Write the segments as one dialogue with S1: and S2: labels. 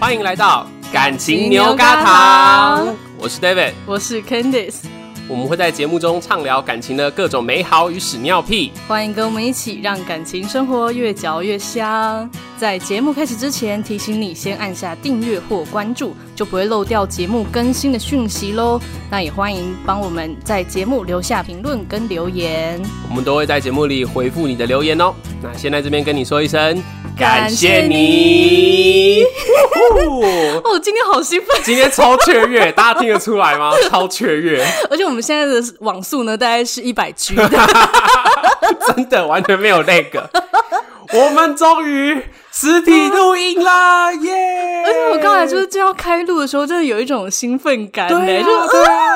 S1: 欢迎来到感情牛
S2: 牛
S1: 轧
S2: 轧
S1: 糖
S2: 糖，
S1: 我是 David，
S2: 我是 Candice，
S1: 我们会在节目中畅聊感情的各种美好与屎尿屁。
S2: 欢迎跟我们一起让感情生活越嚼越香。在节目开始之前，提醒你先按下订阅或关注，就不会漏掉节目更新的讯息喽。那也欢迎帮我们在节目留下评论跟留言。
S1: 我们都会在节目里回复你的留言哦。那先在这边跟你说一声，
S2: 感谢
S1: 你。呼呼
S2: 哦，今天好兴奋！
S1: 今天超雀跃，大家听得出来 吗？超雀跃，
S2: 而且我们现在的网速呢，大概是一百 G 的。
S1: 真的完全没有那个。我们终于实体录音啦，耶！
S2: 而且我刚才就是正要开录的时候，真的有一种兴奋感呢、
S1: 对啊，
S2: 就是
S1: 对啊，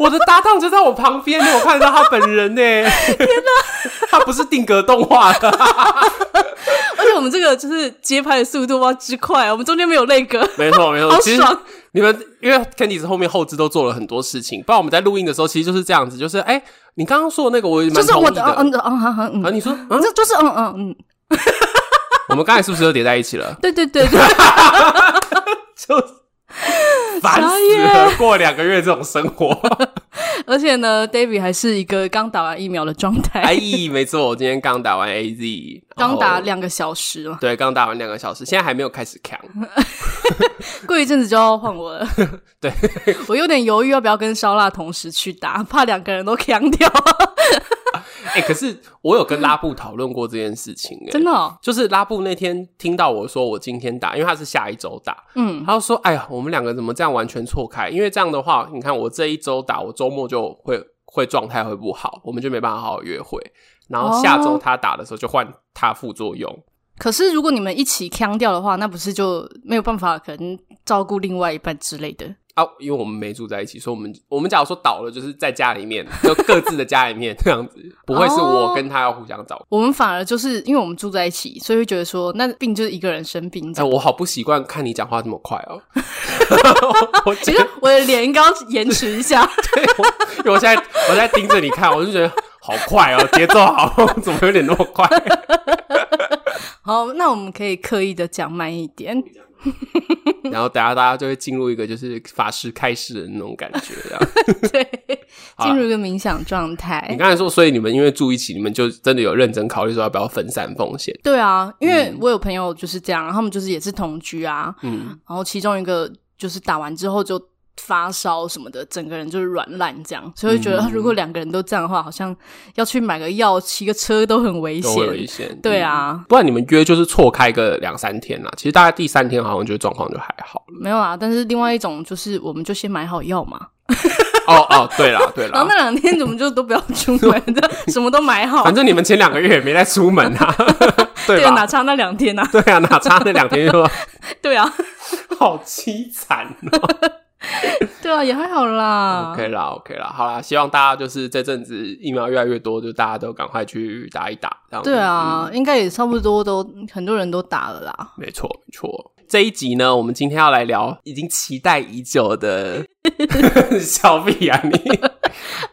S1: 我的搭档就在我旁边呢，我看得到他本人呢。天哪， 他不是定格动画的，
S2: 而且我们这个就是节拍的速度哇之快，我们中间没有那个。
S1: 没错没错。
S2: 好
S1: 其实
S2: 爽
S1: 你们因为 Candice 后面后置都做了很多事情，不然我们在录音的时候其实就是这样子，就是哎、你刚刚说的那个我也
S2: 就
S1: 蛮
S2: 是
S1: 同
S2: 我
S1: 意
S2: 的，
S1: 的。
S2: 嗯嗯嗯嗯嗯
S1: 啊，
S2: 嗯，
S1: 你说，嗯，
S2: 这就是嗯嗯嗯，
S1: 我们刚才是不是又叠在一起了？
S2: 对对对对，
S1: 就 烦死了，过两个月这种生 活。
S2: 而且呢，David 还是一个刚打完疫苗的状
S1: 哎
S2: 态，，
S1: 没错，我今天刚打完 AZ，然
S2: 刚
S1: 后
S2: 打两个小时嘛，
S1: 对，刚打完两个小时，现在还没有开始扛。
S2: 过一阵子就要换我 了。
S1: 对，
S2: 我有点犹豫要不要跟烧腊同时去打，怕两个人都扛掉，
S1: 哎、可是我有跟拉布讨论过这件事情、哎，
S2: 真的、哦。
S1: 就是拉布那天听到我说我今天打，因为他是下一周打，
S2: 嗯，
S1: 他就说：“哎呀，我们两个怎么这样完全错开？因为这样的话，你看我这一周打，我周末就会会状态会不好，我们就没办法好好约会。然后下周
S2: 哦
S1: 他打的时候就换他副作用，
S2: 可是如果你们一起扛掉的话，那不是就没有办法可能照顾另外一半之类的？
S1: 啊，因为我们没住在一起，所以我们我们假如说倒了，就是在家里面，就各自的家里面 这样子，不会是
S2: 哦
S1: 我跟他要互相照顾。
S2: 我们反而就是因为我们住在一起，所以会觉得说，那病就是一个人生病这
S1: 哎、
S2: 样。
S1: 我好不习惯看你讲话这么快 哦， 我
S2: 其
S1: 觉
S2: 实
S1: 得，
S2: 我的脸应该要延迟一下。
S1: 因为我现在我在盯着你看，我就觉得好快哦，节奏好， 怎么有点那么快？
S2: 好，那我们可以刻意的讲慢一点。
S1: 然后等下大家就会进入一个就是法师开示的那种感觉，这样。
S2: 对，
S1: 好啦
S2: 进入一个冥想状
S1: 你
S2: 态。
S1: 刚才说，所以你们因为住一起，你们就真的有认真考虑说要不要分散风险。
S2: 对啊，因为我有朋友就是这样，他们就是也是同居啊，
S1: 嗯，
S2: 然后其中一个就是打完之后就发烧什么的，整个人就是软烂这样，所以会觉得、
S1: 嗯
S2: 如果两个人都这样的话，好像要去买个药、骑个车都很危
S1: 都
S2: 险。
S1: 会有一些。
S2: 对
S1: 嗯
S2: 啊，
S1: 不然你们约就是错开个两三天啦。其实大家第三天好像就状况就还好了。
S2: 没有啊，但是另外一种就是，我们就先买好药嘛，
S1: 哦哦，对啦对
S2: 然
S1: 啦
S2: 后，那两天我们就都不要出门， 什么都买好
S1: 反，正你们前两个月也没再出门啊，对
S2: 对啊，哪
S1: 吧？
S2: 差那两天啊？
S1: 对啊，哪差那两天就
S2: 对啊，
S1: 好凄惨哦。
S2: 对啊，也还好啦。
S1: OK 啦 OK 啦，好啦，希望大家就是这阵子疫苗越来越多，就大家都赶快去打一打。这样子
S2: 对，啊，
S1: 嗯
S2: 应该也差不多都很多人都打了啦。
S1: 没错没错。这一集呢，我们今天要来聊已经期待已久 的 小屁啊你，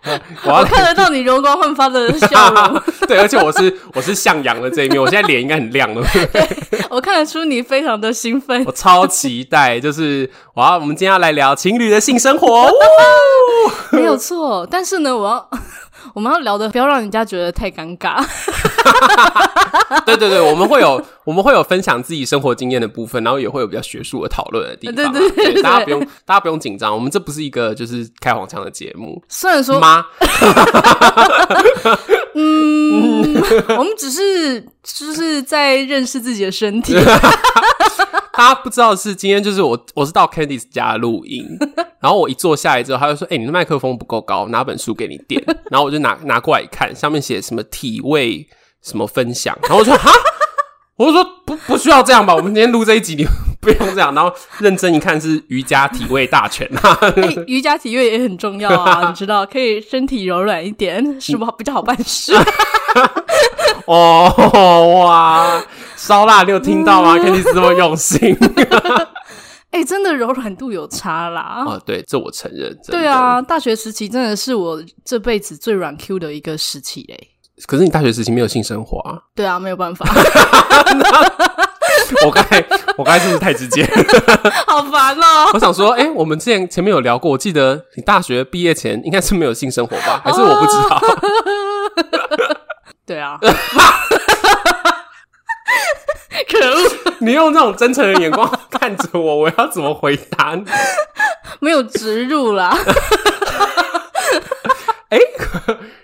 S1: 我要啊
S2: 我看得到你容光焕发的笑容，
S1: 对，而且我是我是向阳的这一面，我现在脸应该很亮了。
S2: 我看得出你非常的兴奋
S1: 我。超期待，就是哇，我们今天要来聊情侣的性生活。 呜
S2: 没有错，但是呢，我要 我们要聊的不要让人家觉得太尴尬。
S1: 对对对，我们会有我们会有分享自己生活经验的部分，然后也会有比较学术的讨论的地方啊。
S2: 对对对对
S1: 大家不用大家不用紧张，我们这不是一个就是开黄腔的节目。
S2: 虽然说，
S1: 妈，
S2: 嗯，我们只是就是在认识自己的 身体。哎
S1: 大家不知道的是今天就是我我是到 Candice 家录音， 然后我一坐下来之后，他就说：“哎、你的麦克风不够高，拿本书给你垫。” 然后我就拿拿过来一看，上面写什么体位什么分享，然后我说：“哈。”我就说不不需要这样吧，我们今天录这一集，你 不用这样。然后认真一看是瑜伽体位大全啊，
S2: 哎瑜伽体育也很重要 啊，你知道，可以身体柔软一点，
S1: 嗯
S2: 是不比较好办 事。
S1: 哦哇，烧腊你有听到
S2: 嗯
S1: 吗？Candice 这么用 心
S2: 哎、真的柔软度有差啦。
S1: 哦，对，这我承认。真的
S2: 对，啊，大学时期真的是我这辈子最软 Q 的一个时期哎嘞。
S1: 可是你大学时期没有性生活啊。
S2: 对啊，没有办法，
S1: 我刚才我我刚才是不是太直接？
S2: 好烦哦、
S1: 我想说，哎、我们之前前面有聊过，我记得你大学毕业前应该是没有性生活
S2: 哦
S1: 吧？还是我不知道？
S2: 对啊，可恶，
S1: 你用这种真诚的眼光看着我，我要怎么回答 你？
S2: 没有植入啦。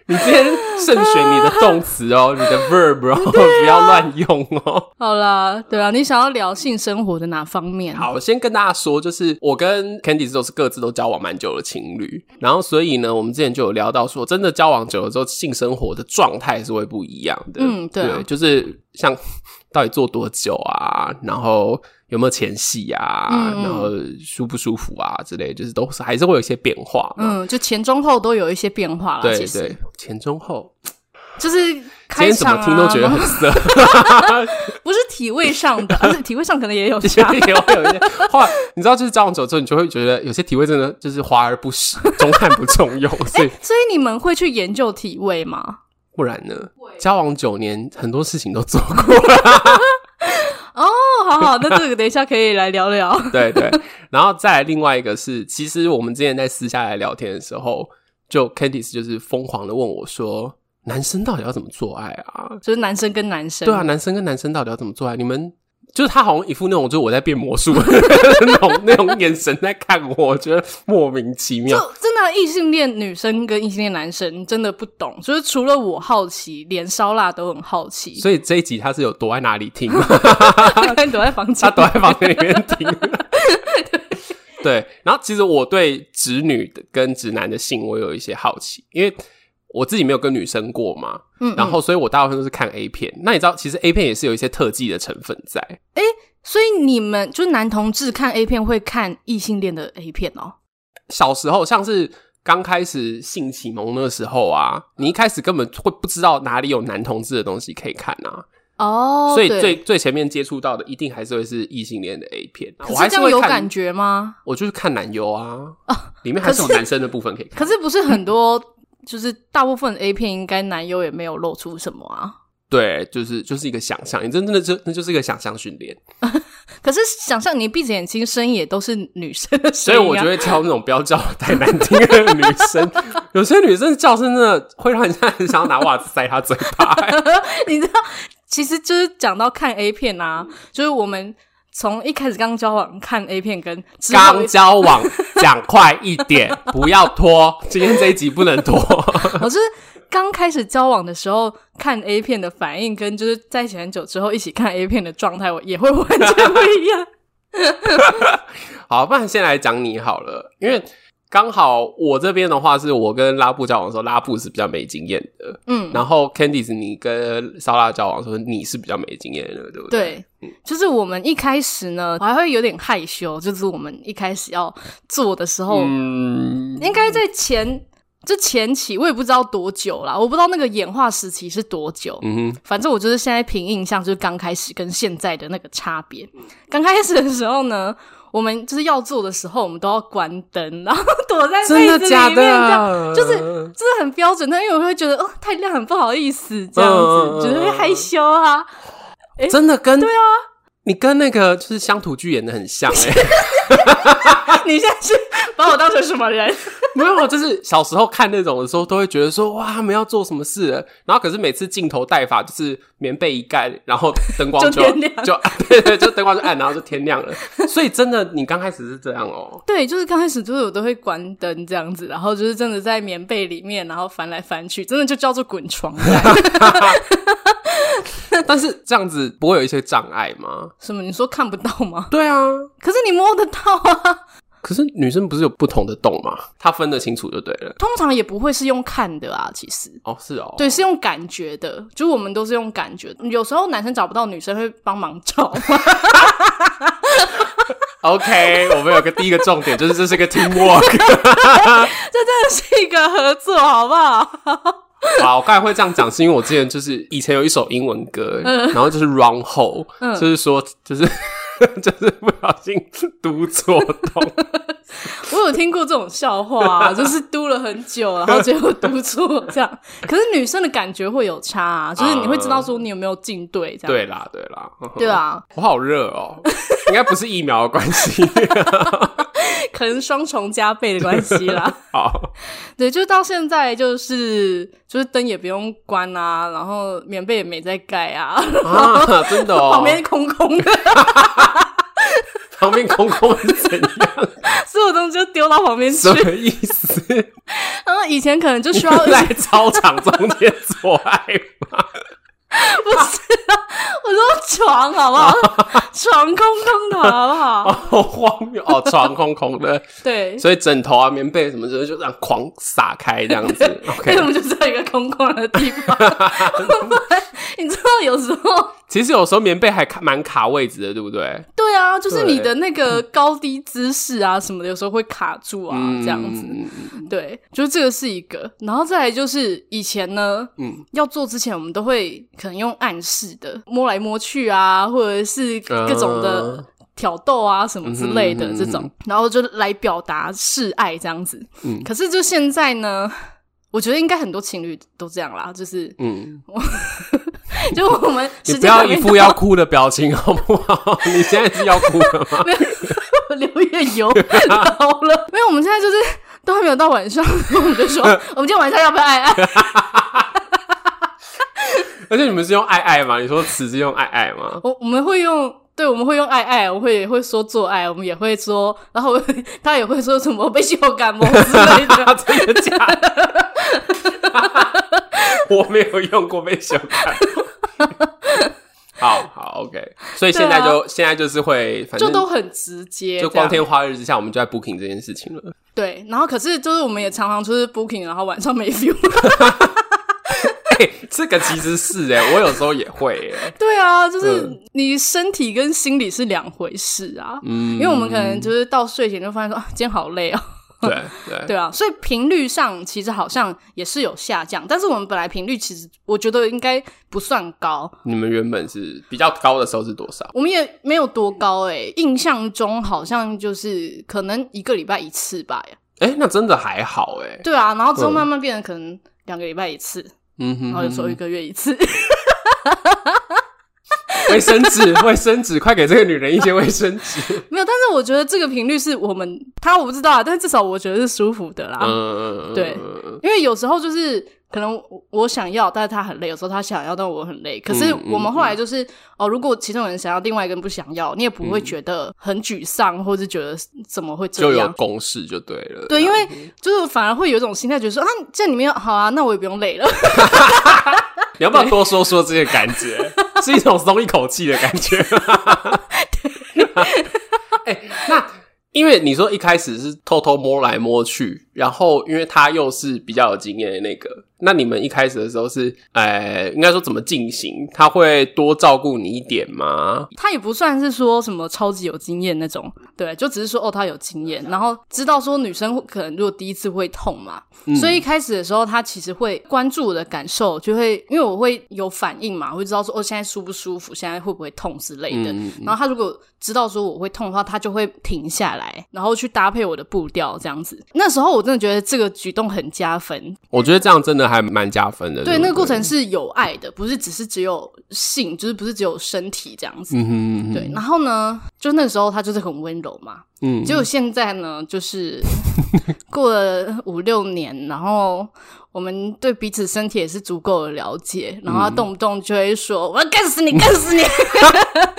S1: 你今天慎选你的动词哦，你的 verb 哦，
S2: 啊
S1: 不要乱用哦。
S2: 好啦，对啊，你想要聊性生活的哪方面？
S1: 好，我先跟大家说，就是我跟 Candice 都是各自都交往蛮久的情侣，然后所以呢，我们之前就有聊到说，真的交往久了之后，性生活的状态是会不一样的。
S2: 嗯对啊
S1: 就是像 到底做多久啊，然后有没有前戏啊，
S2: 嗯嗯
S1: 然后舒不舒服啊之类，就是都是还是会有一些变化嘛。
S2: 嗯，就前中后都有一些变化啦。
S1: 对
S2: 其实
S1: 对，前中后，
S2: 就是
S1: 今
S2: 开
S1: 天怎
S2: 场
S1: 么
S2: 啊，
S1: 听都觉 得很色，
S2: 不是体位 上的，而且体位上可能也有
S1: 有
S2: 差。
S1: 有一些后来你知道，就是交往久之后，你就会觉得有些体位真的就是华而不实，中看不中用，所以
S2: 所以你们会去研究体位吗？
S1: 不然呢？交往九年，很多事情都做过。
S2: 哦，好好，那这个等一下可以来聊聊。
S1: 对对，然后再来另外一个是，其实我们之前在私下来聊天的时候，就 Candice 就是疯狂的问我说，男生到底要怎么做爱啊？
S2: 就是男生跟男生，
S1: 对啊，，男生跟男生到底要怎么做爱？你们就是他好像一副那种就是我在变魔术那种那种眼神在看我，我觉得莫名其妙。
S2: 就真的异性恋女生跟异性恋男生真的不懂，就是除了我好奇，连烧腊都很好奇，
S1: 所以这一集他是有躲在哪里听吗？
S2: 他可能躲在房间，
S1: 他躲在房间里面听。对，然后其实我对直女的跟直男的性我有一些好奇，因为我自己没有跟女生过嘛，
S2: 嗯，嗯
S1: 然后所以我大部分都是看 A 片。那你知道，其实 A 片也是有一些特技的成分在。
S2: 所以你们就是男同志看 A 片会看异性恋的 A 片哦，
S1: 小时候像是刚开始性启蒙的时候啊，你一开始根本会不知道哪里有男同志的东西可以看啊，
S2: 哦，
S1: 所以
S2: 对
S1: 最最前面接触到的一定还是会是异性恋的 A 片。啊
S2: 可
S1: 我
S2: 是
S1: 还
S2: 这
S1: 是
S2: 样
S1: 会
S2: 有
S1: 看
S2: 感觉吗？
S1: 我就是看男优啊，里面还是有
S2: 可是
S1: 男生的部分可以看。
S2: 可是不是很多，就是大部分 A 片应该男优也没有露出什么啊。
S1: 对，就是就是一个想象，你真的就那就是一个想象训练。
S2: 可是想象你闭着眼睛，声音也都是女生的
S1: 所
S2: 声
S1: 以
S2: 音啊、
S1: 我就会挑那种不要叫得太难听的女生，有些女生叫声真的会让人家很想要拿袜子塞她嘴 巴、
S2: 你知道，其实就是讲到看 A 片啊，
S1: 嗯
S2: 就是我们从一开始刚交往看 A 片跟之后
S1: 刚交往，讲快一点，不要拖。今天这一集不能拖。
S2: 我就是刚开始交往的时候看 A 片的反应，跟就是在一起很久之后一起看 A 片的状态，我也会完全不一样。
S1: 好，不然先来讲你好了，因为刚好我这边的话，是我跟拉布交往的时候，拉布是比较没经验的。
S2: 嗯，
S1: 然后 Candice，你跟烧腊交往的时候，你是比较没经验的， 对不对？
S2: 对，就是我们一开始呢，我还会有点害羞，就是我们一开始要做的时候，
S1: 嗯，
S2: 应该在前。就前期我也不知道多久啦，我不知道那个演化时期是多久。
S1: 嗯哼，
S2: 反正我就是现在凭印象，就是刚开始跟现在的那个差别。刚开始的时候呢，我们就是要做的时候，我们都要关灯，然后躲在被子里
S1: 真的呃假
S2: 面这样
S1: 的？
S2: 就是这很标准。但因为我会觉得哦太亮，很不好意思，这样
S1: 嗯嗯嗯
S2: 子，觉得会害羞 啊。
S1: 真的跟对啊，你跟那个就是乡土剧演的很像哎、
S2: 啊你现在是把我当成什么人？
S1: 没有，就是小时候看那种的时候，都会觉得说哇，他们要做什么事了。然后可是每次镜头带法就是棉被一盖，然后灯光
S2: 就天亮
S1: 就啊对对，就灯光就暗，然后就天亮了。所以真的，你刚开始是这样哦、
S2: 对，就是刚开始就是我都会关灯这样子，然后就是真的在棉被里面，然后翻来翻去，真的就叫做滚床 单。
S1: 但是这样子不会有一些障碍吗？
S2: 什么？你说看不到吗？
S1: 对啊，
S2: 可是你摸得到啊。
S1: 可是女生不是有不同的洞吗？她分得清楚就对了。
S2: 通常也不会是用看的啊，其实。
S1: 哦，是哦，
S2: 对，是用感觉的，就我们都是用感觉的。有时候男生找不到，女生会帮忙 找。
S1: ，OK，我们有个第一个重点就是这是个 teamwork。
S2: 这是一个合作，好不好？
S1: 好，我刚才会这样讲，是因为我之前就是以前有一首英文歌，
S2: 嗯
S1: 然后就是 wrong hole，、就是说就是 就是不小心读错洞，
S2: 我有听过这种笑话、啊，就是嘟了很久，然后结果嘟错这样。可是女生的感觉会有差、 啊，就是你会知道说你有没有进对这
S1: 嗯
S2: 样。
S1: 对啦对啦，
S2: 对啊，
S1: 我好热哦、应该不是疫苗的关系。
S2: 可能双重加倍的关系啦。
S1: 好，
S2: 对，就是到现在就是就是灯也不用关啊，然后棉被也没在盖啊，
S1: 啊，真的哦，
S2: 旁边空空的，
S1: 旁边空空是怎样？
S2: 所有东西就丢到旁边去
S1: 什。么意思？
S2: 然后以前可能就需要，
S1: 在操场中间做爱吗？
S2: 我说床好不好？床空空的好
S1: 哦，
S2: 不好？
S1: 好荒谬哦，床空空的，
S2: 对，
S1: 所以枕头啊、棉被什么的就这样狂撒开这 样子。
S2: 所
S1: OK，
S2: 以我们就在一个空旷的地 方。你知道有时候，
S1: 其实有时候棉被还卡蛮卡位置的，对不对？
S2: 对啊，就是
S1: 对
S2: 你的那个高低姿势啊什么的，有时候会卡住啊，这样子。
S1: 嗯，
S2: 对，就是这个是一个，然后再来就是以前呢，
S1: 嗯
S2: 嗯，要做之前我们都会可能用暗示的，摸来摸去啊，或者是各种的挑逗啊什么之类的这种，
S1: 呃嗯哼嗯
S2: 然后就来表达示爱这样子。
S1: 嗯
S2: 可是就现在呢，我觉得应该很多情侣都这样啦，就是
S1: 嗯，
S2: 就我们
S1: 你
S2: 时
S1: 不
S2: 间还
S1: 要
S2: 没
S1: 一副
S2: 到
S1: 要哭的表情好不好？你现在是要哭了 吗？
S2: 流 眼油好了，没有，我们现在就是都还没有到晚上，我们就说
S1: 呃
S2: 我们今天晚上要不要爱爱？
S1: 而且你们是用爱爱吗？你说词是用爱爱吗？
S2: 我我们会用，对，我们会用爱爱，我会也会说做爱，我们也会说，然后我 他也会说什么被秀感冒之类
S1: 啊，
S2: 的。
S1: 真的假的？我没有用过被修改。 好好，OK，所以现在就、现在就是会，反
S2: 啊就
S1: 正
S2: 都很直接，
S1: 就光
S2: 这样
S1: 天化日之下，我们就在 booking 这件事情了。
S2: 对，然后可是就是我们也常常就是 booking，然后晚上没 view，
S1: 哎、这个其实是哎、我有时候也会哎、
S2: 对啊，就是
S1: 嗯
S2: 你身体跟心理是两回事啊，
S1: 嗯，
S2: 因为我们可能就是到睡前就发现说啊，今天好累哦，
S1: 嗯对对
S2: 对啊，所以频率上其实好像也是有下降，但是我们本来频率其实我觉得应该不算高，
S1: 你们原本是比较高的时候是多少？
S2: 我们也没有多高诶、印象中好像就是可能一个礼拜一次吧。
S1: 哎、那真的还好哎、
S2: 对啊，然后之后
S1: 嗯
S2: 慢慢变成可能两个礼拜一次，
S1: 嗯哼
S2: 然后哦有 时候一个月一次。
S1: 卫生纸， 卫生纸，快给这个女人一些卫生纸。
S2: 没有，但是我觉得这个频率是我们他我不知道啊，但至少我觉得是舒服的啦。
S1: 嗯，
S2: 对因为有时候就是可能我我想要，但是他很累；有时候他想要，但我很累。可是
S1: 嗯嗯
S2: 我们后来就是、哦，如果其中有人想要，另外一个人不想要，你也不会觉得很沮丧，或是觉得怎么会
S1: 嗯就
S2: 这
S1: 有
S2: 样。
S1: 公式就对啊了。
S2: 对，因为就是反而会有一种心态，觉得说啊，这样你没有好啊，那我也不用累了。
S1: 你要不要多说说这个感觉？ 是一种松一口气的感觉。 哎、那因为你说一开始是偷偷摸来摸去，然后因为他又是比较有经验的那个，那你们一开始的时候是，呃，应该说怎么进行？他会多照顾你一点吗？
S2: 他也不算是说什么超级有经验那种，对，就只是说哦，他有经验，然后知道说女生可能如果第一次会痛嘛，所以一开始的时候他其实会关注我的感受，就会因为我会有反应嘛，我会知道说哦，现在舒不舒服，现在会不会痛之类的。然后他如果知道说我会痛的话，他就会停下来，然后去搭配我的步调这样子。那时候我真的觉得这个举动很加分，
S1: 我觉得这样真的还蛮加分的。
S2: 对，
S1: 不
S2: 那个过，程是有爱的，不是只是只有性，就是不是只有身体这样子。
S1: 嗯哼嗯哼，
S2: 对，然后呢，就那时候他就是很温柔嘛，
S1: 嗯
S2: 结果现在呢，就是 过了五六年，然后我们对彼此身体也是足够的了解，然后他动不动就会说、我要干死你，
S1: 嗯
S2: 干死你。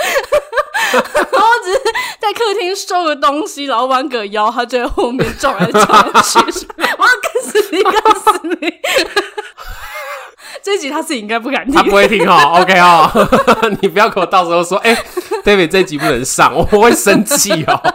S2: 然后只是在客厅收个东西，然后弯个腰，他就在后面撞来撞去，说我要干死你，干死你。 这一集他自己应该不敢
S1: 他
S2: 听
S1: 不，会听哦，OK 哦， 你不要给我到时候说，哎、d a v i d 这一集不能上，我会生气哦。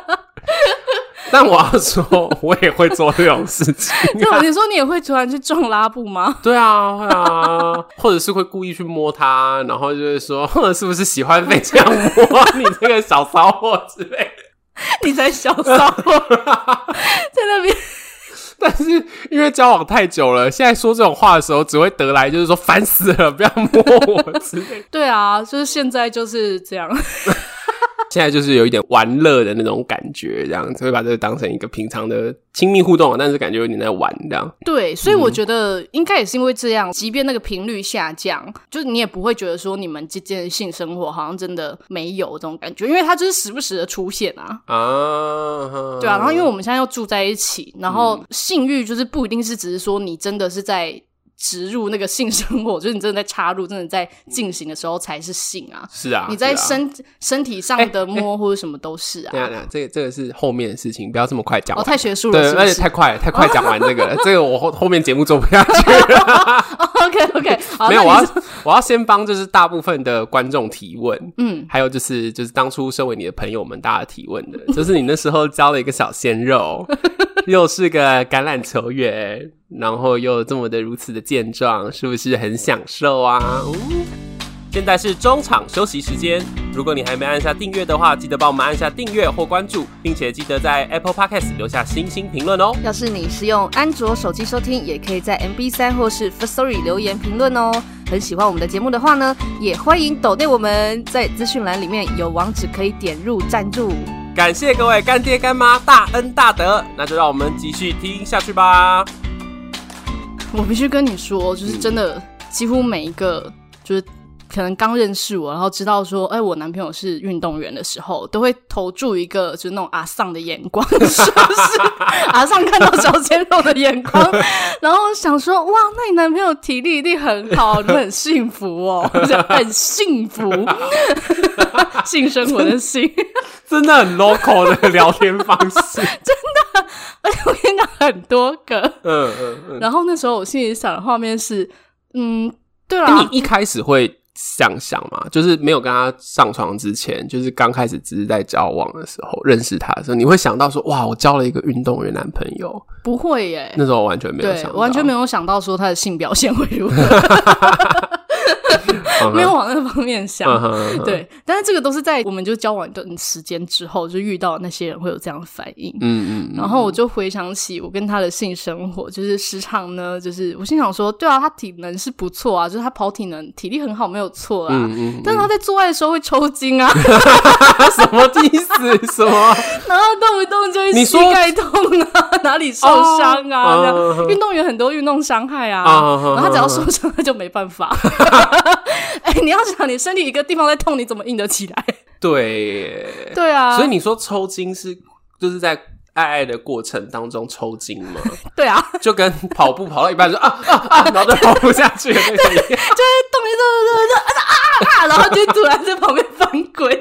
S1: 但我要说，我也会做这种事情。
S2: 就你说你也会突然去撞拉布吗？
S1: 对啊，会啊，或者是会故意去摸他，然后就会说， 哼是不是喜欢被这样摸？你这个小骚货之类 的。
S2: 你才小骚货， 在那边
S1: 但是因为交往太久了，现在说这种话的时候，只会得来就是说烦死了，不要摸我之类的。
S2: 对啊，就是现在就是这样。
S1: 现在就是有一点玩乐的那种感觉，这样子会把这个当成一个平常的亲密互动，但是感觉有点在玩这样。
S2: 对，所以我觉得应该也是因为这样，即便那个频率下降，就是你也不会觉得说你们之间的性生活好像真的没有这种感觉，因为它就是时不时的出现啊。
S1: 啊，
S2: 对啊，然后因为我们现在又住在一起，然后性欲就是不一定是只是说你真的是在植入那个性生活， 就是你真的在插入，真的在进行的时候才是性啊。
S1: 是啊，
S2: 你
S1: 是
S2: 在
S1: 啊
S2: 身、身体上的摸或者什么都是啊。
S1: 等一下等一下，这个这个是后面的事情，不要这么快讲
S2: 哦，
S1: 完。
S2: 太学术了，
S1: 对，
S2: 是不
S1: 而且
S2: 是
S1: 太快了，太快讲完这个了，这个我后后面节目做不下去。
S2: ？OK OK，好，
S1: 没有，
S2: 那
S1: 我
S2: 你
S1: 要
S2: 是
S1: 我要先帮就是大部分的观众提问，嗯，还有就是就是当初身为你的朋友们大家提问的，就是你那时候交了一个小鲜肉，又是个橄榄球员，然后又这么的如此的健壮，是不是很享受啊？呜现在是中场休息时间，如果你还没按下订阅的话，记得帮我们按下订阅或关注，并且记得在 Apple Podcast 留下星星评论哦。
S2: 要是你是用安卓手机收听，也可以在 MB 三或是 First Story 留言评论哦。很喜欢我们的节目的话呢，也欢迎抖内我们，在资讯栏里面有网址可以点入赞助。
S1: 感谢各位干爹干妈大恩大德，那就让我们继续听下去吧。
S2: 我必须跟你说，就是真
S1: 嗯
S2: 的，几乎每一个就是可能刚认识我，然后知道说，哎、我男朋友是运动员的时候，都会投注一个就是那种阿丧的眼光， 是不是？阿丧看到小鲜肉的眼 光，然后想说，哇，那你男朋友体力一定很好，你们很幸福哦，我想很 幸福，性生活的性。
S1: 真的很 local 的 聊天方式，
S2: 而且我跟你讲，很多个。
S1: 嗯嗯嗯。
S2: 然后那时候我心里想的画面是，嗯，对啦，
S1: 哎那你一开始会这样想吗？就是没有跟他上床之前，就是刚开始只是在交往的时候，认识他的时候，你会想到说，哇，我交了一个运动员男朋友。
S2: 不会耶、
S1: 那时候完全没有
S2: 对
S1: 想，到，
S2: 完全没有想到说他的性表现会 如何，
S1: 有
S2: 没有。往那方面想。
S1: 嗯哼嗯哼，
S2: 对，但是这个都是在我们就交往一段时间之后，就遇到那些人会有这样的反应。
S1: 嗯嗯嗯，
S2: 然后我就回想起我跟他的性生活，就是时常呢，就是我心想说，对啊，他体能是不错啊，就是他跑体能体力很好，没有错啦。
S1: 嗯
S2: 但是他在做爱的时候会抽筋啊，
S1: 他什么意思？什么？
S2: 然后动不动就会
S1: 你
S2: 膝
S1: 说
S2: 盖痛啊，哪里受伤啊，这
S1: 哦
S2: 样运动员很多运动伤害啊，
S1: 哦哦
S2: 然后他只要受伤他就没办法。 哎，你要想你身体一个地方在痛，你怎么硬得起来？
S1: 对耶，
S2: 对啊，
S1: 所以你说抽筋是就是在爱爱的过程当中抽筋吗？
S2: 对啊，
S1: 就跟跑步跑到一半说啊啊啊，然后就跑不下去了那种一样。
S2: 就会动一动一动一动啊啊啊，然后就突然在旁边翻滚。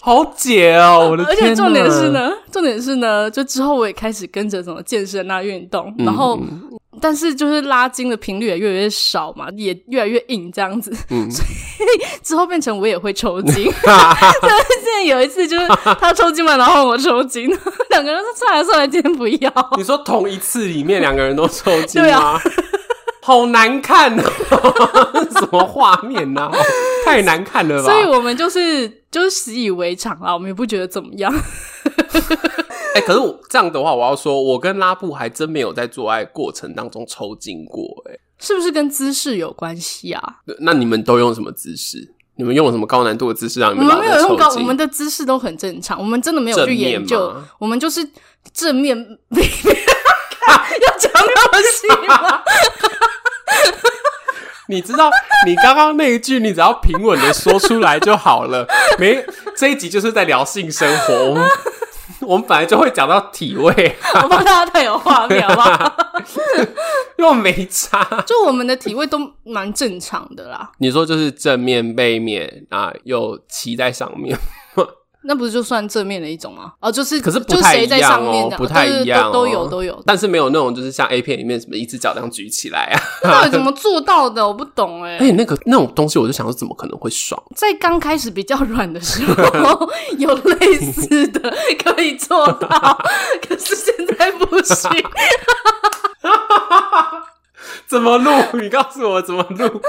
S1: 好解哦，我的
S2: 而
S1: 天
S2: 且
S1: 哪
S2: 重点是，呢，重点是呢，就之后我也开始跟着什么健身啊运动，
S1: 嗯
S2: 然后。但是就是拉筋的频率也越来越少嘛，也越来越硬这样子，
S1: 嗯
S2: 所以之后变成我也会 抽筋。现在有一次就是他抽筋嘛，然后我抽筋， 两个人说算了算了，今天不要。
S1: 你说同一次里面两个人都抽筋
S2: 对啊
S1: 吗？ 好难看哦， 什么画面呐、太难看了吧？
S2: 所以我们就是就是习以为常啦，我们也不觉得怎么样。
S1: 哎、可是我这样的话，我要说，我跟拉布还真没有在做爱过程当中抽筋过、哎，
S2: 是不是跟姿势有关系啊？
S1: 那你们都用什么姿势？你们用了什么高难度的姿势让你
S2: 我们
S1: 老
S2: 没
S1: 是
S2: 有用高，
S1: 抽
S2: 我
S1: 筋
S2: 们的姿势都很正常，我们真的没有
S1: 正
S2: 去
S1: 面
S2: 研究
S1: 吗，
S2: 我们就是正面。 要讲那么 细吗？
S1: 你知道，你刚刚那一句，你只要平稳的说出来就好了。没，这一集就是在聊性生活，我们我们本来就会讲到体位，
S2: 我怕大家太有画面，好不好？
S1: 又没差。
S2: 就我们的体位都蛮正常的啦，
S1: 你说就是正面、背面啊，又骑在上面，
S2: 那不是就算正面的一种吗？哦，就是
S1: 可是不
S2: 就
S1: 太
S2: 谁
S1: 一
S2: 在上
S1: 样
S2: 面
S1: 哦
S2: 的，，
S1: 不太一样、哦
S2: 对对对都都有都有。
S1: 但是没有那种就是像 A 片里面什么一只脚这样举起来啊。
S2: 到底怎么做到的？我不懂哎、
S1: 哎、那个那种东西，我就想说，怎么可能会爽？
S2: 在刚开始比较软的时候，有类似的可以做到， 可是现在不 行。
S1: 怎么录？你告诉我怎么录？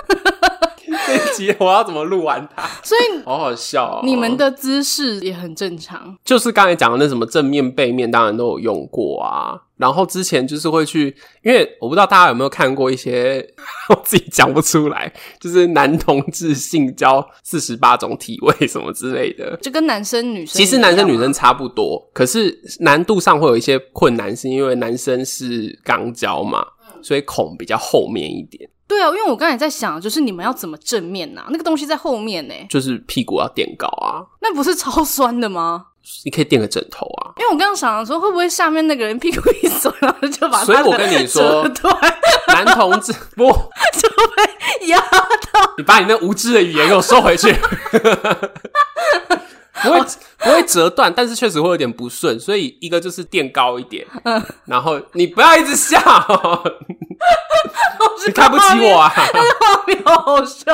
S1: 这一集我要怎么录完它？
S2: 所以
S1: 好好笑哦！
S2: 你们的姿势也很正常，
S1: 就是刚才讲的那什么正面、背面，当然都有用过啊。然后之前就是会去，因为我不知道大家有没有看过一些， 我自己讲不出来，就是男同志性交四十八种体位什么之类的。
S2: 就跟男生女生
S1: 其实
S2: 一样
S1: 男生女
S2: 嘛
S1: 生差不多，可是难度上会有一些困难，是因为男生是肛交嘛，所以孔比较后面一点，
S2: 对啊，因为我刚才在想，就是你们要怎么正面呐、那个东西在后面呢、欸
S1: 就是屁股要垫高啊，
S2: 那不是超酸的吗？
S1: 你可以垫个枕头啊。
S2: 因为我刚刚想说，会不会下面那个人屁股一缩，然后就把他的
S1: 所以我跟你说
S2: 折断
S1: 男同志 不，
S2: 就被压
S1: 你把你那无知的语言给我收回 去。不会不会折断，但是确实会有点不顺，所以一个就是垫高一点，
S2: 嗯
S1: 然后你不要一直 笑，你看不起我啊！
S2: 画面好好笑，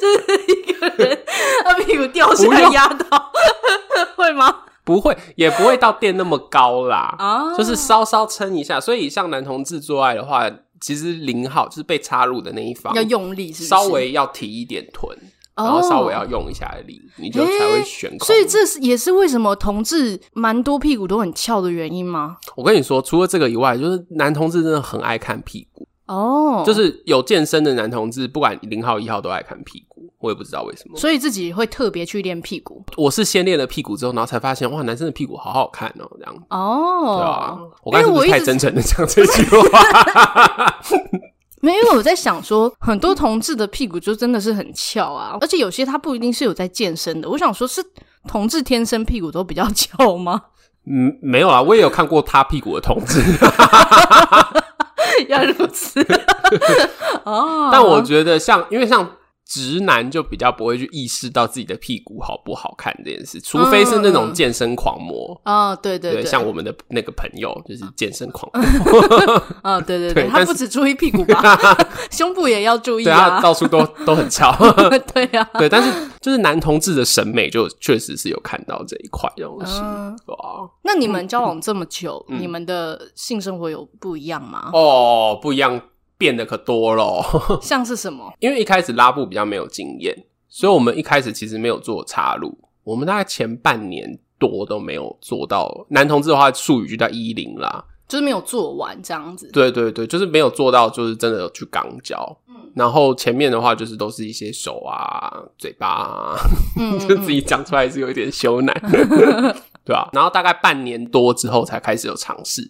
S2: 就是一个人 他屁股掉下
S1: 不
S2: 来
S1: 用
S2: 压到， 会 吗？
S1: 不会，也不会到垫那么高啦，
S2: 哦
S1: 啊就是稍稍撑一下。所以像男同志做爱的话，其实零号就是被插入的那一方
S2: 要，用力是不是
S1: 稍微要提一点臀，
S2: 哦
S1: 然后稍微要用一下力，你就才会
S2: 诶
S1: 悬空。
S2: 所以这是也是为什么同志蛮多屁股都很翘的原因吗？
S1: 我跟你说，除了这个以外，就是男同志真的很爱看屁股，
S2: 哦，
S1: 就是有健身的男同志，不管零号一号都爱看屁股，我也不知道为什么。
S2: 所以自己会特别去练屁股
S1: 我是先练了屁股之后，然后才发现哇，男生的屁股好好看哦，这样。
S2: 哦。
S1: 对啊，我刚才是不
S2: 我
S1: 是
S2: 一
S1: 太
S2: 直
S1: 真诚的讲这句话？
S2: 没有，因为我在想说，很多同志的屁股就真的是很 翘啊，而且有些他不一定是有在健身的。我想说，是同志天生屁股都比较翘吗？
S1: 嗯，没有啊，我也有看过他屁股的同志，
S2: 哦要如此哦，
S1: 但我觉得像，因为像直男就比较不会去意识到自己的屁股好不好看这件事，除非是那种健身狂魔，
S2: 啊、对嗯对对，哎
S1: 像我们的那个朋友就是健身狂魔，
S2: 啊、对对对，
S1: 对
S2: 他
S1: 但
S2: 不
S1: 是
S2: 只注意屁股 吧，胸部也要注意
S1: 对他
S2: 啊，
S1: 到处都都很翘。
S2: 对啊，
S1: 对，但是就是男同志的审美就确实是有看到这一块东西。啊
S2: 嗯，
S1: 哇
S2: 那你们交往这么久，
S1: 嗯
S2: 你们的性生活有不一样吗？
S1: 哦，不一样，变得可多咯。
S2: 像是什么？
S1: 因为一开始拉布比较没有经验，所以我们一开始其实没有做插入，我们大概前半年多都没有做到。男同志的话，术语就叫一零啦。
S2: 就是没有做完这样子，
S1: 对对对，就是没有做到，就是真的有去肛交。然后前面的话就是都是一些手啊、嘴巴啊，
S2: 嗯
S1: 就自己讲出来是有一点羞赧， 对啊。然后大概半年多之后才开始有尝试。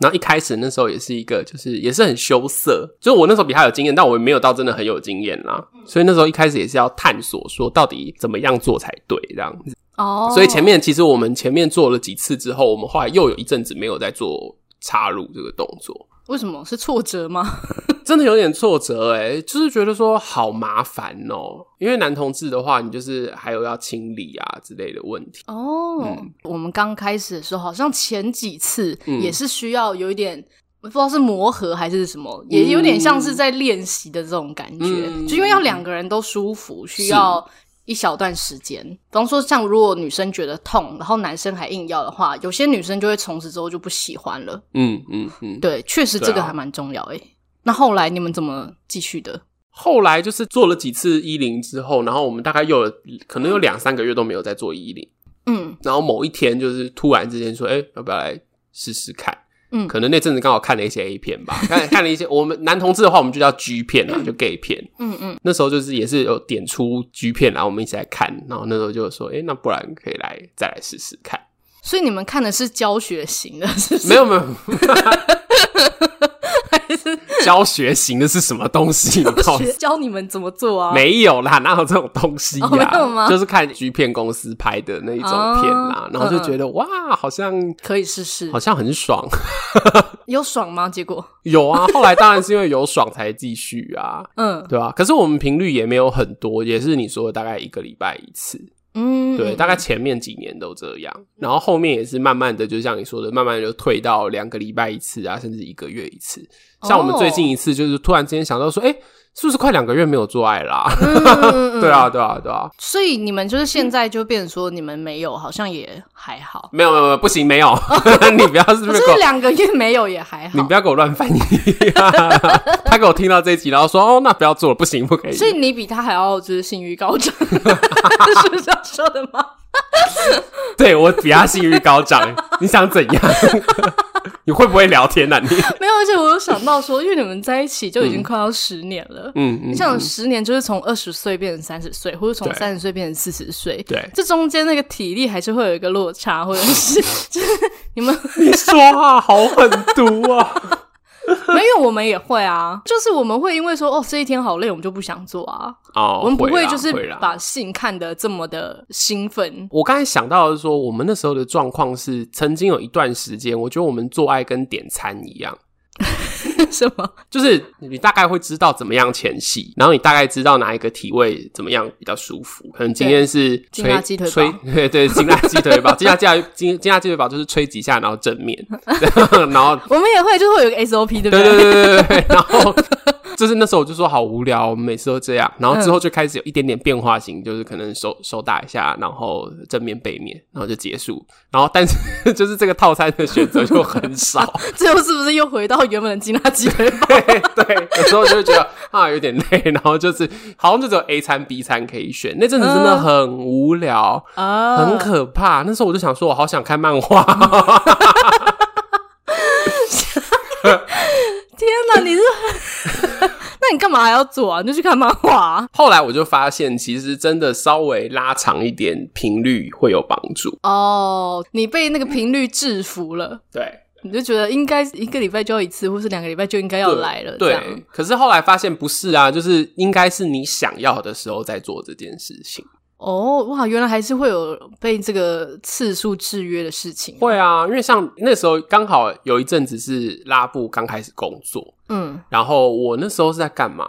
S1: 然后一开始那时候也是一个，就是也是很羞涩，就是我那时候比他有经验，但我没有到真的很有经验啦，所以那时候一开始也是要探索说到底怎么样做才对这样子。
S2: 哦，
S1: 所以前面其实我们前面做了几次之后，我们后来又有一阵子没有在做插入这个动作，
S2: 为什么是挫折吗？
S1: 真的有点挫折哎、就是觉得说好麻烦哦、因为男同志的话，你就是还有要清理啊之类的问题。
S2: 哦，我们刚开始的时候，好像前几次
S1: 嗯
S2: 也是需要有一点。我不知道是磨合还是什么，也有点像是在练习的这种感觉，
S1: 嗯
S2: 就因为要两个人都舒服，需要一小段时间。比方说，像如果女生觉得痛，然后男生还硬要的话，有些女生就会从此之后就不喜欢了。
S1: 嗯嗯嗯。
S2: 对，确实这
S1: 对
S2: 个
S1: 啊
S2: 还蛮重要诶、那后来你们怎么继续的？
S1: 后来就是做了几次一零之后，然后我们大概又有可能有两三个月都没有在做一零，
S2: 嗯，
S1: 然后某一天就是突然之间说，哎、要不要来试试看？
S2: 嗯
S1: 可能那阵子刚好看了一些 A 片吧，看看了一些我们男同志的话，我们就叫 G 片 啊，就 gay 片。
S2: 嗯嗯，
S1: 那时候就是也是有点出 G 片然后我们一起来看，然后那时候就说，哎、那不然可以来再来试试看。
S2: 所以你们看的是教学型的，是不是？
S1: 没有没 有，教学型的是什么东 西？你告诉
S2: 学教你们怎么做啊？
S1: 没有啦，哪有这种东西呀、
S2: 哦没有吗
S1: 就是看 G 片公司拍的那一种片啦，
S2: 哦
S1: 然后就觉得哇，好像
S2: 可以试试
S1: 好，像很爽。
S2: 有爽吗？结果，
S1: 有啊，后来当然是因为有爽才继续啊，
S2: 嗯
S1: 对啊？可是我们频率也没有很多，也是你说的大概一个礼拜一次，
S2: 嗯，
S1: 对，
S2: 嗯
S1: 大概前面几年都这样，然后后面也是慢慢的，就像你说的，慢慢地就退到两个礼拜一次啊，甚至一个月一次。
S2: 哦
S1: 像我们最近一次就是突然之间想到说，哎、是不是快两个月没有做爱啦、
S2: 嗯嗯 嗯
S1: 对啊，对啊，对啊，
S2: 所以你们就是现在就变成说你们没有，好像也还好，
S1: 没有，没有，没有，不行，没 有，你不要是不
S2: 可
S1: 是
S2: 是
S1: 给我，
S2: 两个月没有也还
S1: 你
S2: 好
S1: 不。要给我乱翻译、啊他给我听到这一集，然后说，哦，那不要做了，不行，不可以。
S2: 所以你比他还要就是性欲高 涨，是这样说的吗？
S1: 对我比他性欲高涨，你想怎样？你会不会聊天呐、啊？你
S2: 没有，而且我有想到说，因为你们在一起就已经快要十年了，
S1: 嗯嗯
S2: 你，想十年就是从二十岁变成三十岁，或者从
S1: 对
S2: 三十岁变成四十岁，
S1: 对
S2: 这中间那个体力还是会有一个落差，或者是就是你们
S1: 你说话好狠毒啊！
S2: 没有，我们也会啊，就是我们会因为说哦这一天好累，我们就不想做啊，
S1: 哦，
S2: 我们不
S1: 会
S2: 会
S1: 啦
S2: 就是
S1: 会啦
S2: 把性看得这么的兴奋，
S1: 我刚才想到的是说，我们那时候的状况是，曾经有一段时间，我觉得我们做爱跟点餐一样，
S2: 什么？
S1: 就是你大概会知道怎么样前戏，然后你大概知道哪一个体位怎么样比较舒服。可能今天是
S2: 对
S1: 吹
S2: 劲辣鸡腿堡
S1: 吹，对 对，劲辣鸡腿堡，劲辣鸡腿劲劲辣鸡腿堡就是吹几下，然后正 面，然后
S2: 我们也会，就是会有一个 SOP，对不
S1: 对对对对对对，然后。就是那时候我就说好无聊，我们每次都这样。然后之
S2: 嗯
S1: 后就开始有一点点变化型，就是可能手手打一下，然后正面背面，然后就结束。然后但是 就是这个套餐的选择就很少，
S2: 最后是不是又回到原本的吉娜鸡腿堡？
S1: 对，对，有时候就会觉得啊有点累，然后就是好像就只有 A 餐 B 餐可以选。那阵子真的
S2: 嗯
S1: 很无聊，
S2: 啊
S1: 很可怕。那时候我就想说，我好想看漫画。
S2: 天哪，你是， 那你干嘛还要做啊？你就去看漫画啊、
S1: 后来我就发现，其实真的稍微拉长一点频率会有帮助。
S2: 哦，你被那个频率制服了，
S1: 对。
S2: 你就觉得应该一个礼拜就要一次，或是两个礼拜就应该要
S1: 对
S2: 来了，这样
S1: 对，可是后来发现不是啊，就是应该是你想要的时候在做这件事情。
S2: 哦，哇，原来还是会有被这个次数制约的事情。
S1: 会啊，因为像那时候刚好有一阵子是拉布刚开始工作，
S2: 嗯，
S1: 然后我那时候是在干嘛？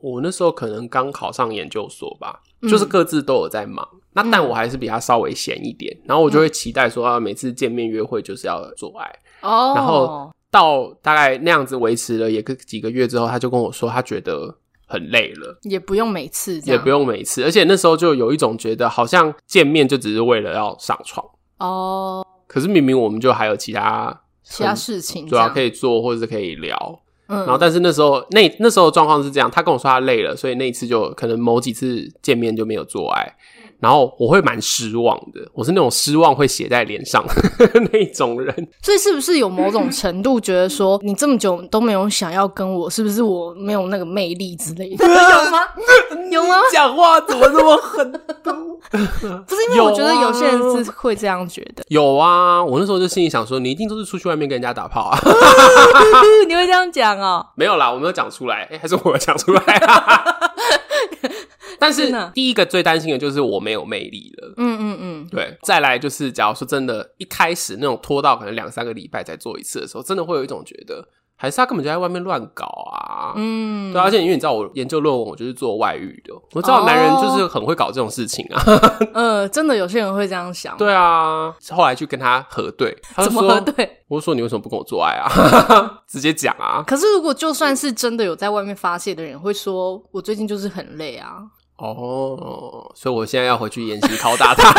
S1: 我那时候可能刚考上研究所吧，
S2: 嗯
S1: 就是各自都有在忙。那但我还是比他稍微闲一点，然后我就会
S2: 嗯
S1: 期待说，啊，每次见面约会就是要做爱。
S2: 哦，
S1: 然后到大概那样子维持了也个几个月之后，他就跟我说，他觉得很累了。
S2: 也不用每次这
S1: 也
S2: 样，
S1: 不用每次，而且那时候就有一种觉得好像见面就只是为了要上床，
S2: 哦，
S1: 可是明明我们就还有其他
S2: 其他事情
S1: 主要可
S2: 以，
S1: 以做或者是可以聊。
S2: 嗯，
S1: 然后，但是那时候那那时候的状况是这样，他跟我说他累了，所以那一次就可能某几次见面就没有做爱，
S2: 嗯
S1: 然后我会蛮失望的，我是那种失望会写在脸上 的那一种人。
S2: 所以是不是有某种程度觉得说，你这么久都没有想要跟我，是不是我没有那个魅力之类 的？有吗？有吗？
S1: 讲话怎么这么狠？
S2: 不是因为我觉得
S1: 有啊
S2: 有些人是会这样觉得，
S1: 有啊，我那时候就心里想说，你一定都是出去外面跟人家打炮 啊。
S2: 你会这样讲哦。
S1: 没有啦，我没有讲出来，诶还是我有讲出来、啊。 但是
S2: 真的
S1: 第一个最担心的就是我没有魅力了。
S2: 嗯嗯嗯，
S1: 对，再来就是，假如说真的，一开始那种拖到可能两三个礼拜才做一次的时候，真的会有一种觉得，还是他根本就在外面乱搞啊。
S2: 嗯，
S1: 对啊，而且因为你知道，我研究论文我就是做外遇的，我知
S2: 哦
S1: 道男人就是很会搞这种事情啊。
S2: 呃，真的有些人会这样想。，
S1: 对啊，后来去跟他核对，他就
S2: 怎么
S1: 说
S2: 核对？
S1: 我就说你为什么不跟我做爱啊？ 直接讲啊。
S2: 可是如果就算是真的有在外面发泄的人，会说我最近就是很累啊，
S1: 哦，所以我现在要回去研习拷打他。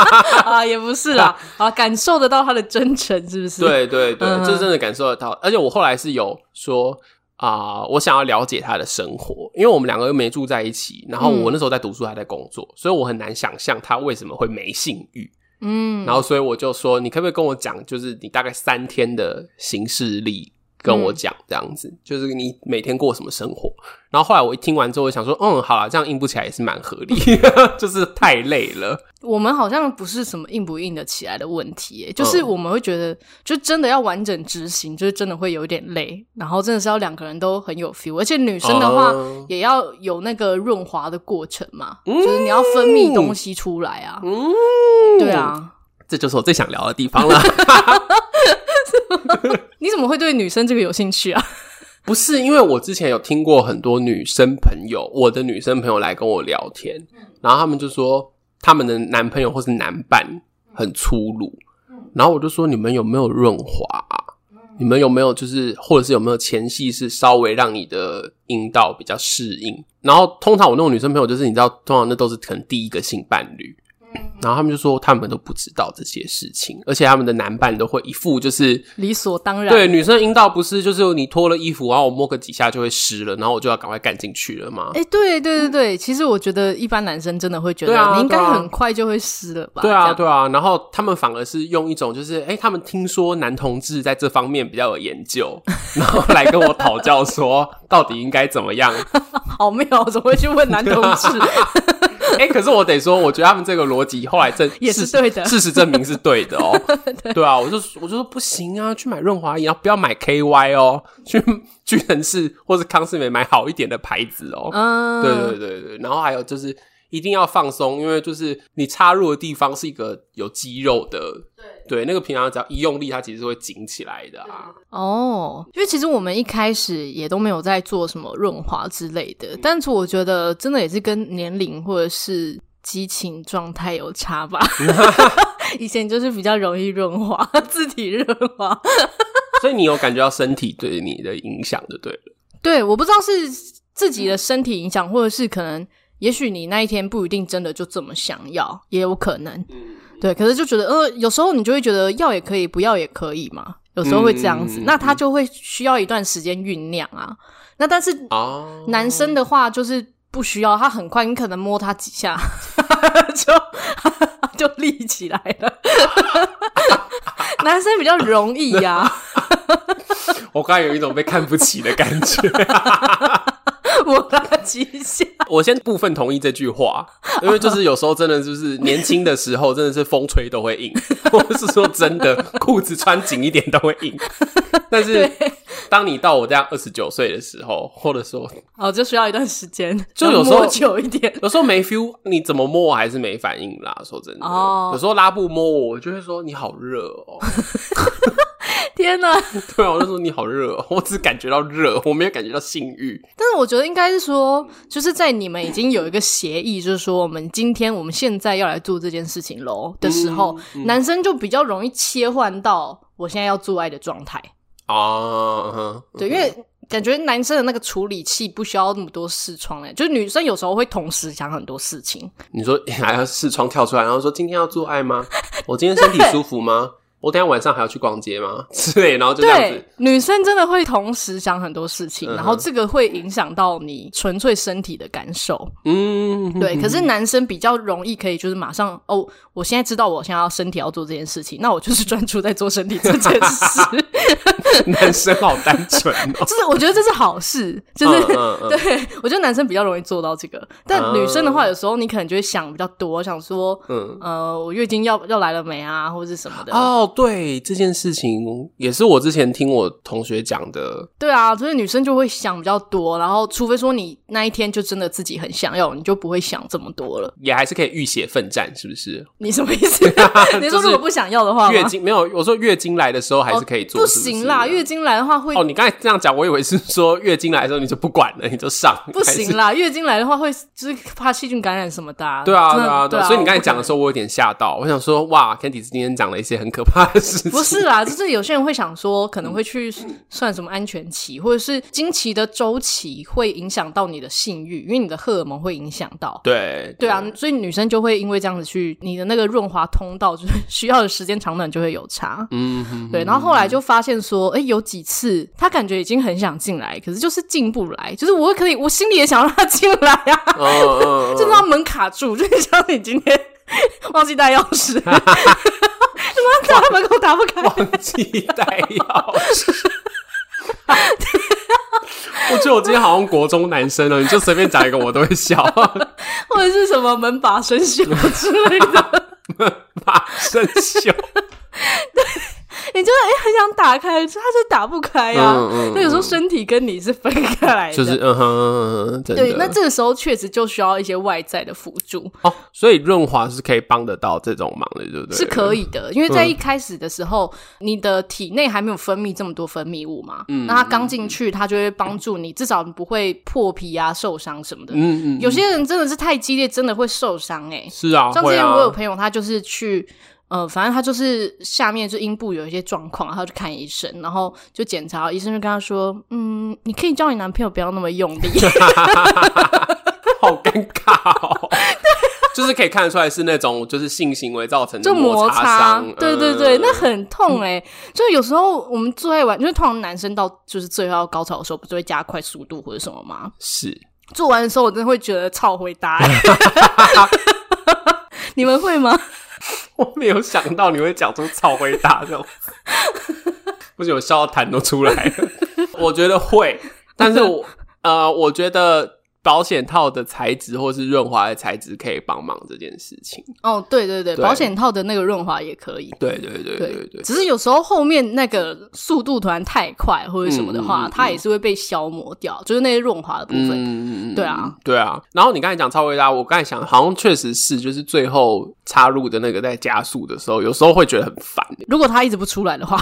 S2: 啊也不是啦，啊感受得到他的真诚是不是？，
S1: 对对对，
S2: 嗯哼
S1: 这真的感受得到。而且我后来是有说啊、我想要了解他的生活，因为我们两个又没住在一起，然后
S2: 嗯
S1: 我那时候在读书，还在工作，所以我很难想象他为什么会没性欲。
S2: 嗯，
S1: 然后，所以我就说，你可不可以跟我讲，就是你大概三天的行事历，跟
S2: 嗯
S1: 我讲这样子，就是你每天过什么生活。然后后来我一听完之后，我想说，嗯，好啦，这样硬不起来也是蛮合理， 就是太累了。
S2: 我们好像不是什么硬不硬得起来的问题、
S1: 嗯
S2: 欸，就是我们会觉得，就真的要完整执行，就是真的会有一点累，然后真的是要两个人都很有 feel，而且女生的话、
S1: 哦
S2: 也要有那个润滑的过程嘛，就是你要分泌东西出来啊，
S1: 嗯，
S2: 对。啊，
S1: 这就是我最想聊的地方了。
S2: 你怎么会对女生这个有兴趣啊？
S1: 不是因为我之前有听过很多女生朋友，我的女生朋友来跟我聊天，然后他们就说他们的男朋友或是男伴很粗鲁，然后我就说你们有没有润滑啊、你们有没有就是或者是有没有前戏是稍微让你的阴道比较适应？然后通常我那种女生朋友就是你知道，通常那都是可能第一个性伴侣。然后他们就说他们都不知道这些事情，而且他们的男伴都会一副就是
S2: 理所当然。
S1: 对，女生阴道不是就是你脱了衣服，然后我摸个几下就会湿了，然后我就要赶快干进去了吗？
S2: 哎、对对对对，其实我觉得一般男生真的会觉
S1: 对啊
S2: 得你应该
S1: 对啊
S2: 很快就会湿了吧？
S1: 对
S2: 这
S1: 啊，
S2: 样
S1: 对啊，然后他们反而是用一种就是，哎、他们听说男同志在这方面比较有研 究，然后来跟我讨教说到底应该怎么 样。
S2: 好妙，怎么会去问男同 志？
S1: 哎、可是我得说，我觉得他们这个逻辑后来证
S2: 也是
S1: 事实
S2: 对的
S1: 事实证明是对的 哦。对啊，我就我就说不行啊，去买润滑液，然后不要买 KY 哦，去屈臣氏或是康士美买好一点的牌子哦。
S2: 嗯，
S1: 对对对对，然后还有就是一定要放松，因为就是你插入的地方是一个有肌肉的，对，那个平常只要一用力，它其实是会紧起来的啊。
S2: 哦，因为其实我们一开始也都没有在做什么润滑之类
S1: 嗯
S2: 的，但是我觉得真的也是跟年龄或者是激情状态有 差吧。以前就是比较容易润滑，自体润滑。
S1: 所以你有感觉到身体对你的影响，就对了。
S2: 对，我不知道是自己的身体影响，或者是可能，也许你那一天不一定真的就这么想要，也有可能。
S1: 嗯
S2: 对，可是就觉得，呃，有时候你就会觉得要也可以，不要也可以嘛，有时候会这样子。
S1: 嗯
S2: 那他就会需要一段时间酝酿啊。那但是
S1: 哦，
S2: 男生的话就是不需要，他很快，你可能摸他几下 就就立起来了。 男生比较容易啊呀、
S1: 我刚才有一种被看不起的感觉。
S2: 摸他几下。
S1: 我先部分同意这句话，因为就是有时候真的就是年轻的时候，真的是风吹都会硬，我是说真的，裤子穿紧一点都会硬。但是当你到我这样二十九岁的时候，或者说
S2: 哦，就需要一段时间，
S1: 就有时候
S2: 摸久一点。
S1: 有时候没 feel，你怎么摸我还是没反应啦。说真的
S2: 哦
S1: 有时候拉布摸我，我就会说你好热哦。
S2: 天哪！
S1: 对啊，我就说你好热、哦，我只感觉到热，我没有感觉到性欲。
S2: 但是我觉得应该是说，就是在你们已经有一个协议，就是说我们今天我们现在要来做这件事情喽的时候，
S1: 嗯
S2: 男生就比较容易切换到我现在要做爱的状态。
S1: 啊，
S2: 对，因为感觉男生的那个处理器不需要那么多视窗哎，就是女生有时候会同时想很多事情。
S1: 你说 还要视窗跳出来，然后说今天要做爱吗？我今天身体舒服吗？我等一下晚上还要去逛街吗？之类，然后就这样
S2: 对
S1: 子。，
S2: 女生真的会同时想很多事情，
S1: 嗯哼
S2: 然后这个会影响到你纯粹身体的感受。
S1: 嗯，
S2: 对，可是男生比较容易可以就是马上哦，我现在知道我现在要身体要做这件事情，那我就是专注在做身体这件 事。
S1: 男生好单纯哦。
S2: 就是我觉得这是好事， 就是、
S1: 嗯嗯嗯
S2: 对我觉得男生比较容易做到这个，但
S1: 啊
S2: 女生的话，有时候你可能就会想比较多，想说，
S1: 嗯
S2: 呃，我月经要要来了没啊，或者是什么的。
S1: 哦，对这件事情也是我之前听我同学讲的，
S2: 对啊，所以女生就会想比较多，然后除非说你那一天就真的自己很想要，你就不会想这么多了。
S1: 也还是可以浴血奋战，是不是？
S2: 你什么意 思？你说如果不想要的话吗，哦
S1: 月经没有，我说月经来的时候还是可以做，
S2: 不
S1: 是
S2: 行啦，
S1: 是
S2: 月经来的话会、
S1: 哦，你刚才这样讲，我以为是说月经来的时候你就不管了，你就上，
S2: 不行
S1: 了。
S2: 啦，月经来的话会就是怕细菌感染什么的、啊
S1: 对啊，对
S2: 真的
S1: 啊，对
S2: 对
S1: 啊，所以你刚才讲的
S2: 候。
S1: 时候，我有点吓到，我想说，哇，Candice 今天讲了一些很可怕的事情。
S2: 不是啦，就是有些人会想说，可能会去算什么安全期，或者是经期的周期会影响到你的性欲，因为你的荷尔蒙会影响到。
S1: 对
S2: 对啊，所以女生就会因为这样子去，你的那个润滑通道就是需要的时间长短就会有差。
S1: 嗯哼，
S2: 对，然后后来就发现说，哎，有几次她感觉已经很想进来，可是就是进不来，就是我可以，我心里也想让她进来啊，
S1: 嗯嗯，
S2: 就是让门卡住，就是像你今天忘记带钥匙，怎么在门口打不开？
S1: 忘记带钥匙。 我觉得我今天好像国中男生哦了，你就随便讲一个我都会笑。
S2: 或者是什么门把生锈之类的，
S1: 马生笑，
S2: 你就哎、很想打开，它就打不开啊。
S1: 嗯嗯
S2: 那有时候身体跟你是分开来的，
S1: 就是嗯哼嗯哼，真的。
S2: 对。那这个时候确实就需要一些外在的辅助，
S1: 哦，所以润滑是可以帮得到这种忙的，对不对？
S2: 是可
S1: 以。
S2: 以的，因为在一开始的时候，你的体内还没有分泌这么多分泌物嘛，
S1: 嗯
S2: 那它刚进去，它就会帮助你，至少你不会破皮啊、受伤什么的。
S1: 嗯嗯，
S2: 有些人真的是太激烈，真的会受伤哎、
S1: 是啊，
S2: 像之
S1: 会
S2: 前
S1: 啊
S2: 我有朋友，他就是去，呃，反正他就是下面就阴部有一些状况，然后去看医生，然后就检查，医生就跟他说，嗯，你可以叫你 男朋友不要那么用力，
S1: 好尴尬哦。就是可以看得出来是那种就是性行为造成的
S2: 就摩
S1: 擦
S2: 擦
S1: 伤。，
S2: 对对
S1: 嗯
S2: 对，那很痛哎、就有时候我们做爱完，因为通常男生到就是最后要高潮的时候，不是会加快速度或者什么吗？
S1: 是
S2: 做完的时候，我真的会觉得超回 答、欸。 你们会吗？
S1: 我没有想到你会讲出草回答 这种，不是我笑到痰都出来 了。我觉得会，但是我呃，我觉得保险套的材质或是润滑的材质可以帮忙这件事情。
S2: 哦，对对对，
S1: 对
S2: 保险套的那个润滑也可以。
S1: 对对对对对，
S2: 只是有时候后面那个速度突然太快或者什么的话，
S1: 嗯嗯嗯
S2: 它也是会被消磨掉，就是那些润滑的部分。
S1: 嗯嗯嗯，
S2: 对啊，
S1: 对啊。然后你刚才讲超回答，我刚才想，好像确实是，就是最后插入的那个在加速的时候，有时候会觉得很烦。欸
S2: 如果它一直不出来 的话，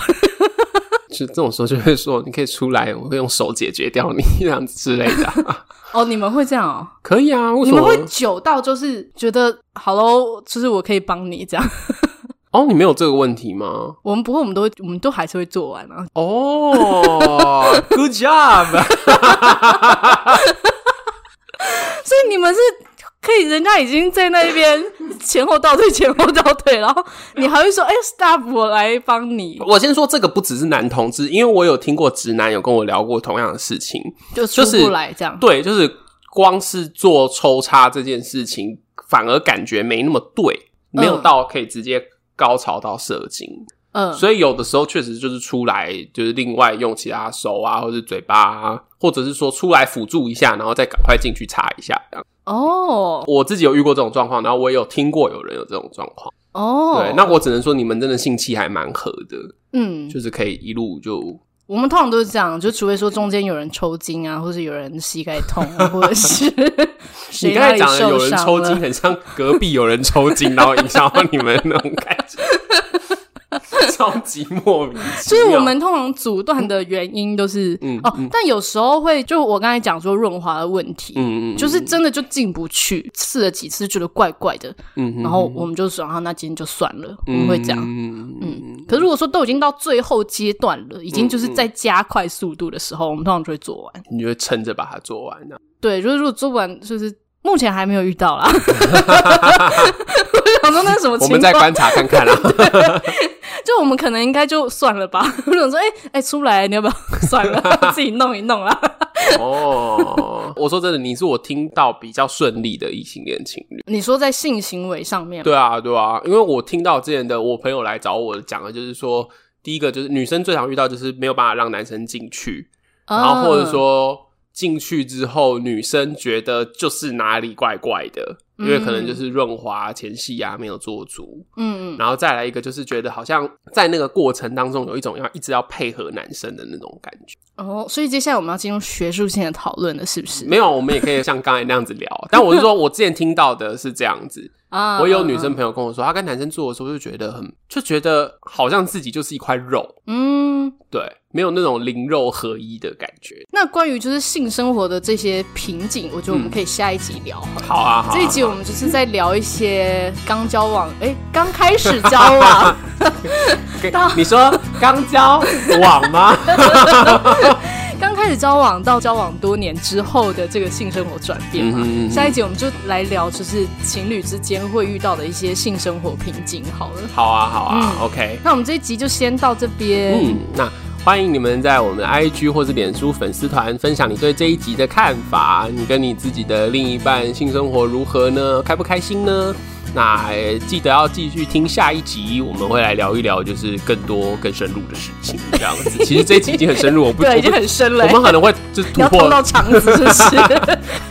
S1: 就这种时候就会说，你可以出来，我会用手解决掉你这样子之类的 啊、
S2: 哦，你们会这样哦？
S1: 可以啊，为
S2: 你
S1: 什
S2: 们
S1: 么
S2: 会？久到就是觉得好喽，就是我可以帮你这样。
S1: 哦，你没有这个问题吗？
S2: 我们不过我们都会，我们都还是会做完啊。
S1: 哦，Good job！
S2: 所以你们是可以，人家已经在那边前后倒退，前后倒退，然后你还会说：“哎、s t o p 我来帮你。
S1: 我先说这个不只是男同志，因为我有听过直男有跟我聊过同样的事情。”
S2: 就出
S1: 就是
S2: 不来这样。
S1: 对，就是光是做抽插这件事情，反而感觉没那么对，
S2: 嗯
S1: 没有到可以直接高潮到射精，
S2: 嗯，
S1: 所以有的时候确实就是出来，就是另外用其他手啊，或者是嘴巴啊，或者是说出来辅助一下，然后再赶快进去插一下。这样
S2: 哦
S1: 我自己有遇过这种状况，然后我也有听过有人有这种状况。
S2: 哦，
S1: 对，那我只能说你们真的性气还蛮合的，
S2: 嗯，
S1: 就是可以一路就
S2: 我们通常都是这样，就除非说中间有人抽筋啊，或是有人膝盖痛 啊，或者是谁
S1: 你刚才
S2: 哪
S1: 讲
S2: 里
S1: 的有
S2: 受
S1: 人
S2: 伤
S1: 抽
S2: 了
S1: 筋，很像隔壁有人抽筋，然后影响到你们那种感觉，超级莫名其
S2: 就
S1: 妙。
S2: 是我们通常阻断的原因都是，
S1: 嗯
S2: 哦，但有时候会，就我刚才讲说润滑的问题，
S1: 嗯，嗯嗯，
S2: 就是真的就进不去，试了几次觉得怪怪的，
S1: 嗯哼
S2: 然后我们就说，啊，那今天就算了，我们会这样。
S1: 嗯嗯
S2: 可是如果说都已经到最后阶段了，已经就是在加快速度的时候，我们通常就会做完。
S1: 你就撑着把它做完啊。
S2: 对，就是如果做完，就是目前还没有遇到 啦。我想说那是什么
S1: 我
S2: 情
S1: 们再
S2: 况？
S1: 观察看 看啊。
S2: 就我们可能应该就算了吧。我想说，哎、哎、出来，你要不要 算了，自己弄一弄啦？
S1: 哦，我说真的，你是我听到比较顺利的异性恋情侣。
S2: 你说在性行为上面吗，
S1: 对啊，对啊，因为我听到之前的我朋友来找我讲的，就是说，第一个就是女生最常遇到就是没有办法让男生进去，
S2: 啊，
S1: 然后或者说进去之后，女生觉得就是哪里怪怪的，因为可能就是润滑前戏啊没有做足，
S2: 嗯，嗯
S1: 然后再来一个就是觉得好像在那个过程当中有一种要一直要配合男生的那种感觉。
S2: 哦，所以接下来我们要进入学术性的讨论了，是不是？
S1: 没有，我们也可以像刚才那样子聊，啊但我是说我之前听到的是这样子，
S2: 啊，
S1: 我有女生朋友跟我说，她跟男生做的时候就觉得很，就觉得好像自己就是一块肉，
S2: 嗯，嗯，
S1: 对，没有那种灵肉合一的感觉。
S2: 那关于就是性生活的这些瓶颈，我觉得我们可以下一集聊好了。
S1: 嗯好啊，好啊
S2: 这一集我们就是在聊一些刚交往，哎、刚开始交 往，
S1: 给你说刚交往吗？
S2: 刚开始交往到交往多年之后的这个性生活转变嘛。
S1: 嗯
S2: 下一集我们就来聊，就是情侣之间会遇到的一些性生活瓶颈好了。
S1: 好啊，好啊、o
S2: 嗯
S1: k
S2: 那我们这一集就先到这边。
S1: 嗯，那欢迎你们在我们的 IG 或是脸书粉丝团分享你对这一集的看法，你跟你自己的另一半性生活如何呢？开不开心呢？那呃记得要继续听下一集，我们会来聊一聊，就是更多更深入的事情，这样子。其实这一集已经很深入，我不，
S2: 对，已经
S1: 我不
S2: 很深了、
S1: 我们可能会就是
S2: 你
S1: 突
S2: 要
S1: 破
S2: 痛到肠子是 不是？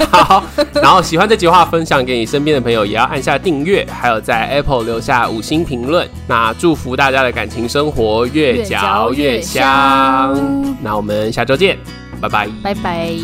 S1: 好，然后喜欢这集的话，分享给你身边的朋友，也要按下订阅，还有在 Apple 留下五星评论。那祝福大家的感情生活越嚼越香。
S2: 越嚼越香
S1: 那我们下周见，拜拜。
S2: 拜拜。